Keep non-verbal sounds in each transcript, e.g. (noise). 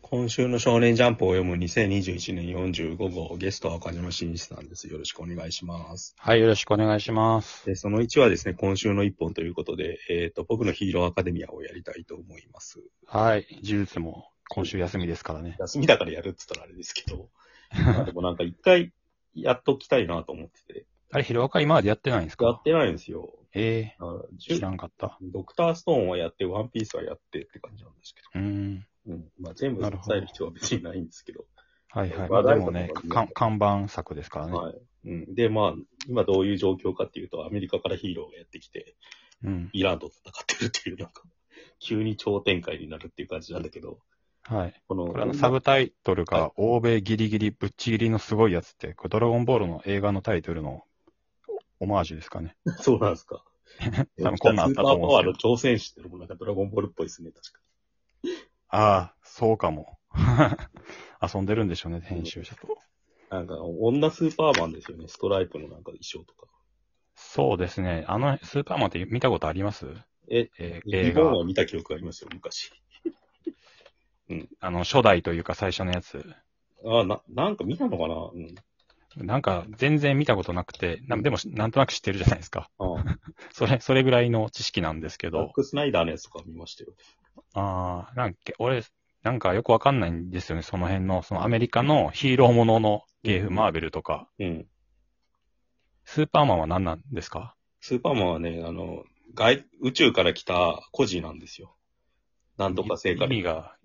今週の少年ジャンプを読む2021年45号、ゲストは岡島真一さんです。よろしくお願いします。はい、よろしくお願いします。で、その1はですね、今週の1本ということで、えっ、と、僕のヒーローアカデミアをやりたいと思います。はい、呪術も今週休みですからね。休みだからやるって言ったらあれですけど、まあでもなんか一回やっときたいなと思ってて、あれ、ヒロアカ今までやってないんですやかってないんですよ。えあのえじゅ知らんかった。ドクターストーンはやって、ワンピースはやってって感じなんですけうーん。ど、うんまあ、全部伝える必要は別にないんですけど、はいはい。ま話あで題もね、か看板作ですからね。はい。うん、で、まあ、今どういう状況かっていうと、アメリカからヒーローがやってきて、うん。イランと戦ってるっていう、なんか、急に超展開になるっていう感じなんだけど、はい。この、これあの、サブタイトルが、欧米ギリギリぶっちぎりのすごいやつって、これドラゴンボールの映画のタイトルのオマージュですかね。 (laughs) そうなんです (laughs) か。多分こんなんあっでたと思うんけど。スーですパーパワーの挑戦士ってのもなんかドラゴンボールっぽいですね、確かああ、そうかも。 (laughs) 遊んでるんでしょうね、編集者と。に。なんか、女スーパーマンですよね、ストライプのなんか衣装とか。そうですね。あの、スーパーマンって見たことありますえ、えー日映画本。は見た記憶がありますよ、昔。あの、初代というか最初のやつ。ああ、な、なんか見たのかなうん。なんか、全然見たことなくて、なでも、なんとなく知ってるじゃないですか。 (laughs) ああ、それ、それぐらいの知識なんですけダッど、クスナイダーのやつとか見ましたよ。ああ、なんか、俺、なんかよくわかんないんですよね、その辺の、そのアメリカのヒーローもののゲーム、マーベルとか、うん。スーパーマンは何なんですかスーパーマンはね、あの、外、宇宙から来た孤児なんですよ。なんとか成果意味が、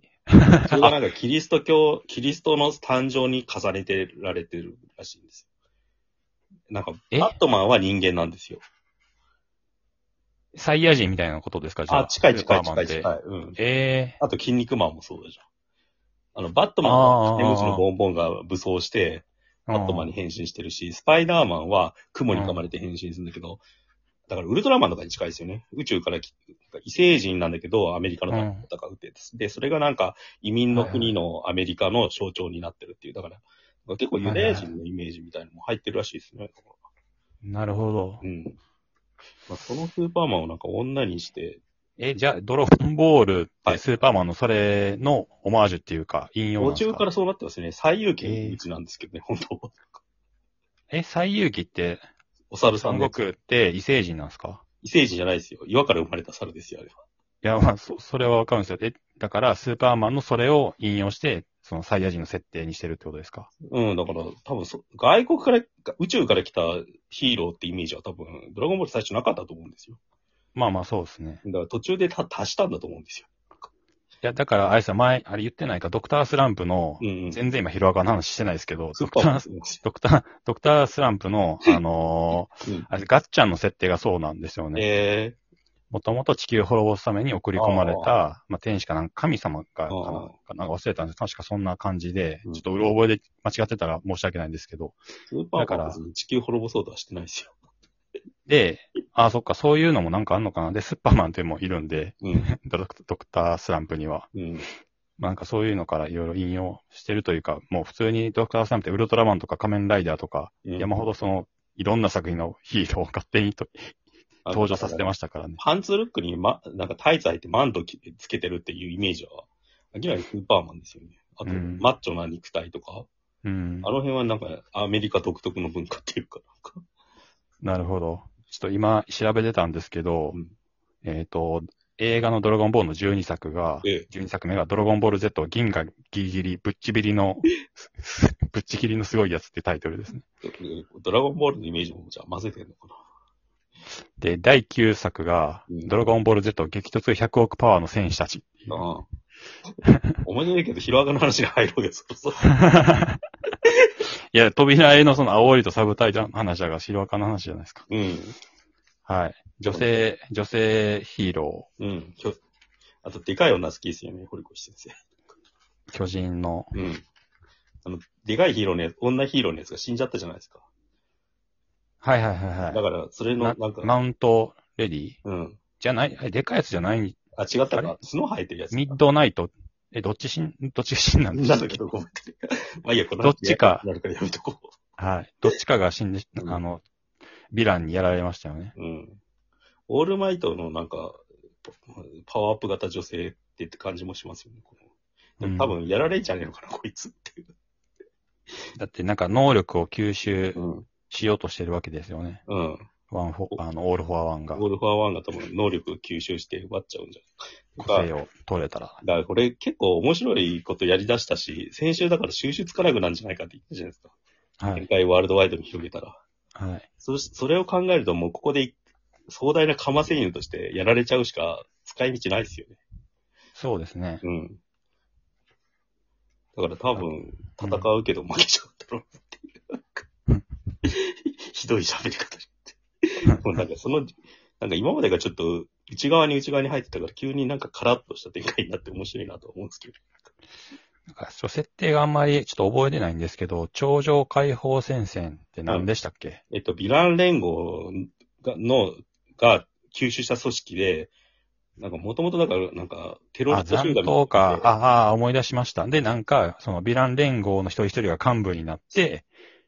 それがなんかキリスト教、キリストの誕生に重ねてられてるらしいんですよ。なんか、えバットマンは人間なんですよ。サイヤ人みたいなことですかじゃあ。あ、近い近いスーパー近マンいって近い。うん。ええあと、筋肉マンもそうだじゃん。あの、バットマンは、手持ちのボンボンが武装して、ー。バットマンに変身してるし、スパイダーマンは雲に噛まれて変身するんだけど、だからウルトラマンとかに近いですよね。宇宙からき異星人なんだけど、アメリカの中で戦うってやつ、で、それがなんか移民の国のアメリカの象徴になってるっていう。だから、結構ユダヤ人のイメージみたいなのも入ってるらしいですね。なるほどう。ん。まあ、そのスーパーマンをなんか女にして、え、じゃあ、ドラゴンボールっはていスーパーマンのそれのオマージュっていうか、引用なん途です中かからそうなってますね。最有権の位置なんですけどね、本当はえ、最遊記って、お猿さん孫の悟空って異星人なんですか異星人じゃないですよ。岩から生まれた猿ですよ、あれは。いや、まあ、そ、それはわかるんですよ。え、だから、スーパーマンのそれを引用して、そのサイヤ人の設定にしてるってことですかうん、だから、多分そ、外国から、宇宙から来たヒーローってイメージは多分、ドラゴンボール最初なかったと思うんですよ。まあまあ、そうですね。だから途中でた足したんだと思うんですよ。いや、だから、あれさ、前、あれ言ってないか、ドクタースランプのう、んうん。全然今、ヒロアカの話してないですけど、スドークパータマンでーす、 (laughs) ドクター、ドクタースランプの、あのーうんあれ、ガッチャンの設定がそうなんですよね。えもともと地球を滅ぼすために送り込まれた、まあ、天使かなんか、神様かかなあなんか忘れたんです確かそんな感じで、うんちょっとうろ覚えで間違ってたら申し訳ないんですけど。ー、スーパーだかマンらは別に地球滅ぼそうとはしてないですよ。で、あ、そっか、そういうのもなんかあんのかな。で、スーパーマンっていうのもいるんで、 (laughs) うん。ドクドクタースランプには。うん。まあ、なんかそういうのからいろいろ引用してるというか、もう普通にドクタースランプってウルトラマンとか仮面ライダーとか、うん山ほどその、いろんな作品のヒーローを勝手にと登場させてす。ましたからね。パンツルックに、ま、なんかタイツ履いてマント着つけてるっていうイメージは、明らかにスーパーマンですよね。あと、うんマッチョな肉体とか、うんあ。の辺はなんかアメリカ独特の文化っていうか、なんかなるほど。ちょっと今調べてたんですけど、うんえっ、と、映画のドラゴンボールの12作が、ええ12作目がドラゴンボール Z 銀河ギリギリぶっちびりの、 (laughs) ぶっちぎりのすごいやつってタイトルですね。ドラゴンボールのイメージもじゃあ混ぜてんのかな。で、第9作が、うんドラゴンボール Z 激突100億パワーの戦士たち。 (laughs) ああ。面白いけど、ヒロアカの話に入ろうよ、そろそろ。いや、扉絵のその青いとサブタイトルの話だが、白赤の話じゃないですか。うん。はい。女性、女性ヒーロうん。きょあと、でかい女好きですよね、堀越先ー、巨人の、生。うん。あの、でかいヒーローのやつ、女ヒーローのやつが死んじゃったじゃないですか。はいはいはいはい。だから、それの、なんマか、ウントレディうん。じゃない、あれでかいやつじゃない、あ、違ったあれか。角生えてるやつ。ミッドナイト、え、どっちしん、どっちが死んだんですなんだけど、ごめん。 (laughs) まあいいや、この話どっちかやなるからやめとこう。はい。どっちかが死んで、うんあの、ヴィランにやられましたよね。うん。オールマイトのなんか、パパワーアップ型女性ってって感じもしますよね。このでも多分やられんじゃねえのかな、こいつっていう。だってなんか能力を吸収うん。しようとしてるわけですよね。うん。ワンフォ、あの、オールフォアワンがゴルファーワンが多分能力吸収して奪っちゃうんじゃ個ない性か。を取れたら。だからこれ結構面白いことやり出したし、先週だから収集つかなくなるんじゃないかって言ったじゃないですか。は展い。開ワールドワイドに広げたら。はい。そしそれを考えるともうここで壮大なかませ犬としてやられちゃうしか使い道ないですよね。そうですね。うん。だから多分、戦うけど負けちゃうんだろうなっていう。ひどい喋り方になって。もうなんかその、なんか今までがちょっと内側に内側に入ってたから急になんかカラッとした展開になって面白いなと思うんですけど。なんか、そう設定があんまりちょっと覚えてないんですけど、頂上解放戦線って何でしたっけ、えっと、ヴィラン連合が、の、が吸収した組織で、なんかもともとだから、なんかテロあ、リスト残集団党か。あ、ああ、思い出しました。で、なんか、そのヴィラン連合の一人一人が幹部になって、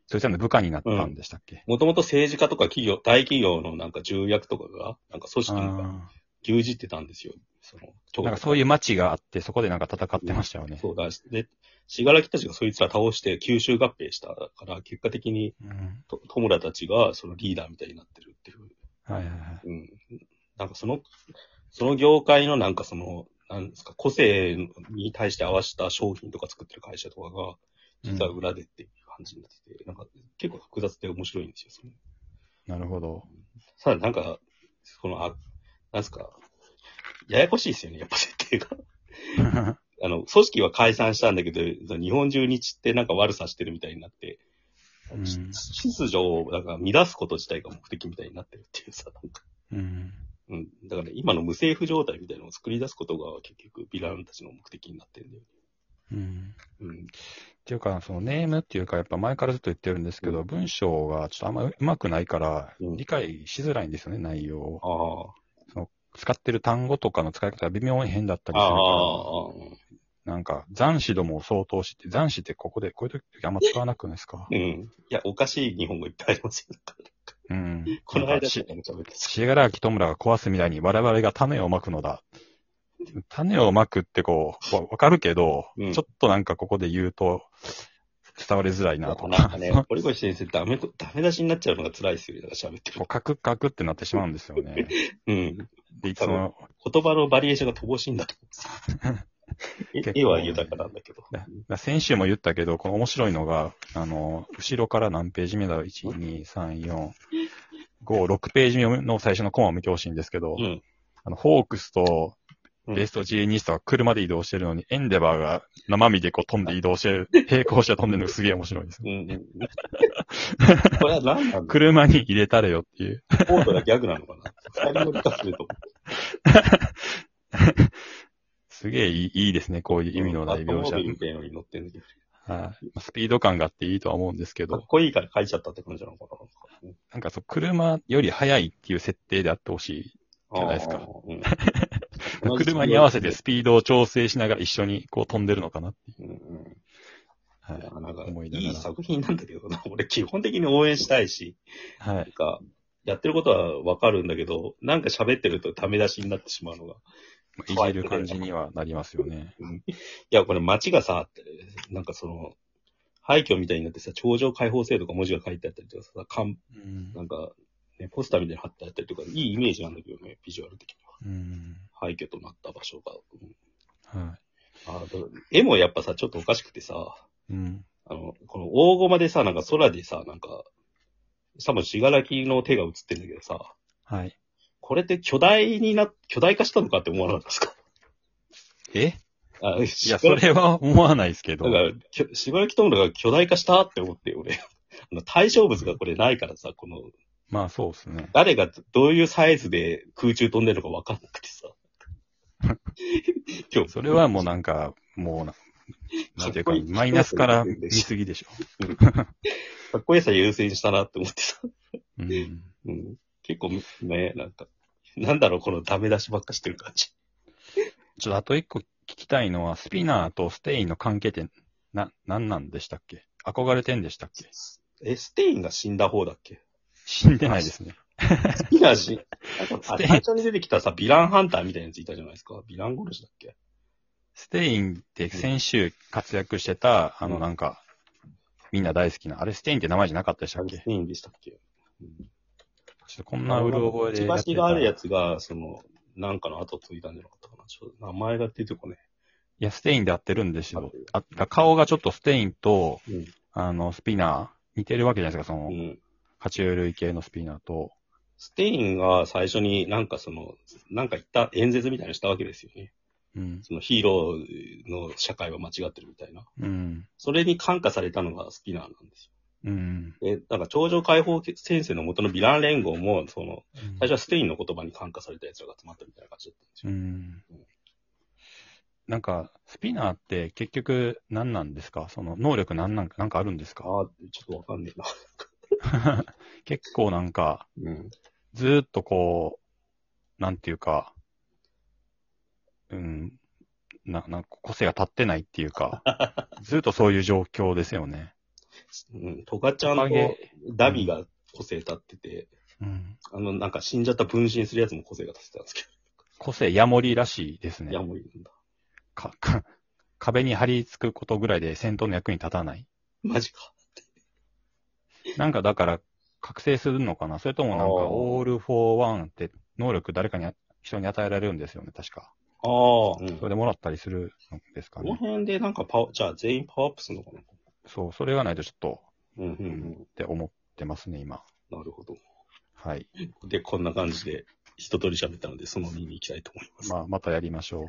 そいつらの部下になったんでしたっけ、もともと政治家とか企業、大企業のなんか重役とかが、なんか組織にあ牛耳ってたんですよ。その、あ。なんかそういう町があって、そこでなんか戦ってましたよね。そうだ。で、しがらきたちがそいつら倒して吸収合併したから、結果的にうん。と、トムラたちがそのリーダーみたいになってるっていう。はいはいはい。うん。なんかその、その業界のなんかその、なんですか、個性に対して合わせた商品とか作ってる会社とかが、実は裏でっていう感じになってて、なんか結構複雑で面白いんですよ。そのなるほど。 (laughs) ただなんか、この、あ、なんすか、ややこしいですよね、やっぱ設定が。あの、組織は解散したんだけど、日本中に散ってなんか悪さしてるみたいになって、うん秩序をなんか乱すこと自体が目的みたいになってるっていうさ、なんか、うん。うん。だから今の無政府状態みたいなのを作り出すことが結局ヴィランたちの目的になってるんだよね。うん。うん。っていうか、そのネームっていうか、やっぱ前からずっと言ってるんですけうど、ん文章がちょっとあんまうまくないから、うん理解しづらいんですよね、内容を。あ使ってる単語とかの使い方が微妙に変だったあ、ありするかあ、うんら、なんか、残死どもを相当して、残死ってここで、こういう時あんま使わなくないですかうん。いや、おかしい日本語いっぱいありますよ。うん。このなんか間しとかも喋ってたしがらきとむらが壊すみたいに我々が種をまくのだ。種をまくってこう、わわかるけど、うんちょっとなんかここで言うと伝わりづらいなとなんかか、ね、堀越先生ダメと、ダメ出しになっちゃうのが辛いですよね、だから喋ってこるう。カクカクってなってしまうんですよね。うん。で、その、言葉のバリエーションが乏しいんだと思うんですよ (laughs) 結構絵絵は豊かなんだけど。ね先週も言ったけど、この面白いのが、あの、後ろから何ページ目だろう ?1、2、3、4、5、6ページ目の最初のコマを見てほしいんですけど、うん。あの、ホークスとうんベースト G2 とは車で移動してるのに、エンデバーが生身でこう飛んで移動して (laughs) る、並行して飛んでるのがすげえ面白いです。うん。 (laughs) うんこれは何なんだ車に入れたれよっていう。コードがギャグなのかな二人乗りかすると。すげえいいいいですね、こういう意味のない描アット写。モービルみたいなのに乗ってんだけど。はいまあスピード感があっていいとは思うんですけかどっ、こいいから書いちゃったって感じなのかななんかそう、車より速いっていう設定であってほしいじゃないですか。あーうん車に合わせてスピードを調整しながら一緒にこう飛んでるのかなっていう。うんうんはいやい。なんか、思いないがらい作品なんだけどな。俺基本的に応援したいし、はないん。か、やってることはわかるんだけど、なんか喋ってるとダメ出しになってしまうのが。いじる感じにはなりますよね。いや、これ街がさ、なんかその、廃墟みたいになってさ、頂上開放制とか文字が書いてあったりとかさ、かんうんな。んか、ね、ポスターみたいに貼ってあったりとか、いいイメージなんだけどね、ビジュアル的には。うん。廃墟となった場所が。うんはあど絵もやっぱさ、ちょっとおかしくてさ、い。うん。あの、この大駒でさ、なんか空でさ、なんか、多分しがらきの手が映ってんだけどさ、はい。これって巨大にな、巨大化したのかって思わなかったですかえあ、いしや、そばらきれは思わないですけどだ。から、きょしばらきトムラが巨大化したって思って、俺。 (laughs) あの対象物がこれないからさ、この、まあそうですね。誰がどういうサイズで空中飛んでるのか分かんなくて (laughs) さ。今日、それはもうなんか、もうな、なんていうか、マイナスから見すぎでしょ。かっこよさ優先したなって思ってさ。うん。うん、結構ね、なんか、なんだろう、このダメ出しばっかしてる感じ。ちょっとあと一個聞きたいのは、スピナーとステインの関係って、な、なんなんでしたっけ憧れてんでしたっけえ、ステインが死んだ方だっけ死んでないですね。好きだし、スあテ (laughs) れイ最初に出てきたさ、ヴィランハンターみたいなやついたじゃないですか。ヴィランゴルジュだっけステインって先週活躍してた、あのなんか、みんな大好きな、あれステインって名前じゃなかったでしたっけステインでしたっけちょっとこんなうる覚えで千や葉って市たがあるら。やいつが、その、なんかの後ついたんじゃなかったかな。ちょっと名前が出てこねや、ステインで合ってるんですよ。合あ顔がちょっとステインと、え。あの、スピナー、似てるわけじゃないですか、そのう、ん。爬虫類系のスピナーと。ステインが最初になんかその、なんか言った演説みたいなのしたわけですよね。うん。そのヒーローの社会は間違ってるみたいな。うん。それに感化されたのがスピナーなんですうん。よ。で、なんか頂上解放先生の元のヴィラン連合も、その、最初はステインの言葉に感化された奴らが集まったみたいな感じだったんですうよ。ん。なんか、スピナーって結局何なんですかその能力何なんか、なんかあるんですか (laughs) ああ、ちょっとわかんねえな。結構なんか、うん。ずーっとこう、なんていうか、うん、な、なんか個性が立ってないってい (laughs) うか、ずーっとそういう状況ですよね。うん。トガちゃんトカとゲダビが個性立ってて、うん。あの、なんか死んじゃった分身するやつも個性が立ってたんですけ個性、ヤモリらしいですど。ねいや、。もういいんだ。か、か、壁に張り付くことぐらいで戦闘の役に立たない。マジか。なんかだから、覚醒するのかなそれともなんか、あーオール・フォー・ワンって能力誰かに、人に与えられるんですよね、確か。ああ、うん。それこでもらったりするんですかのね。辺でなんかパワー、じゃあ全員パワーアップするのかなそう、それがないとちょっと、うんうんう、うんっん。て思ってますね、今。なるほど。はい。で、こんな感じで一通り喋ったので、その2に行きたいと思います。まあ、またやりましょう。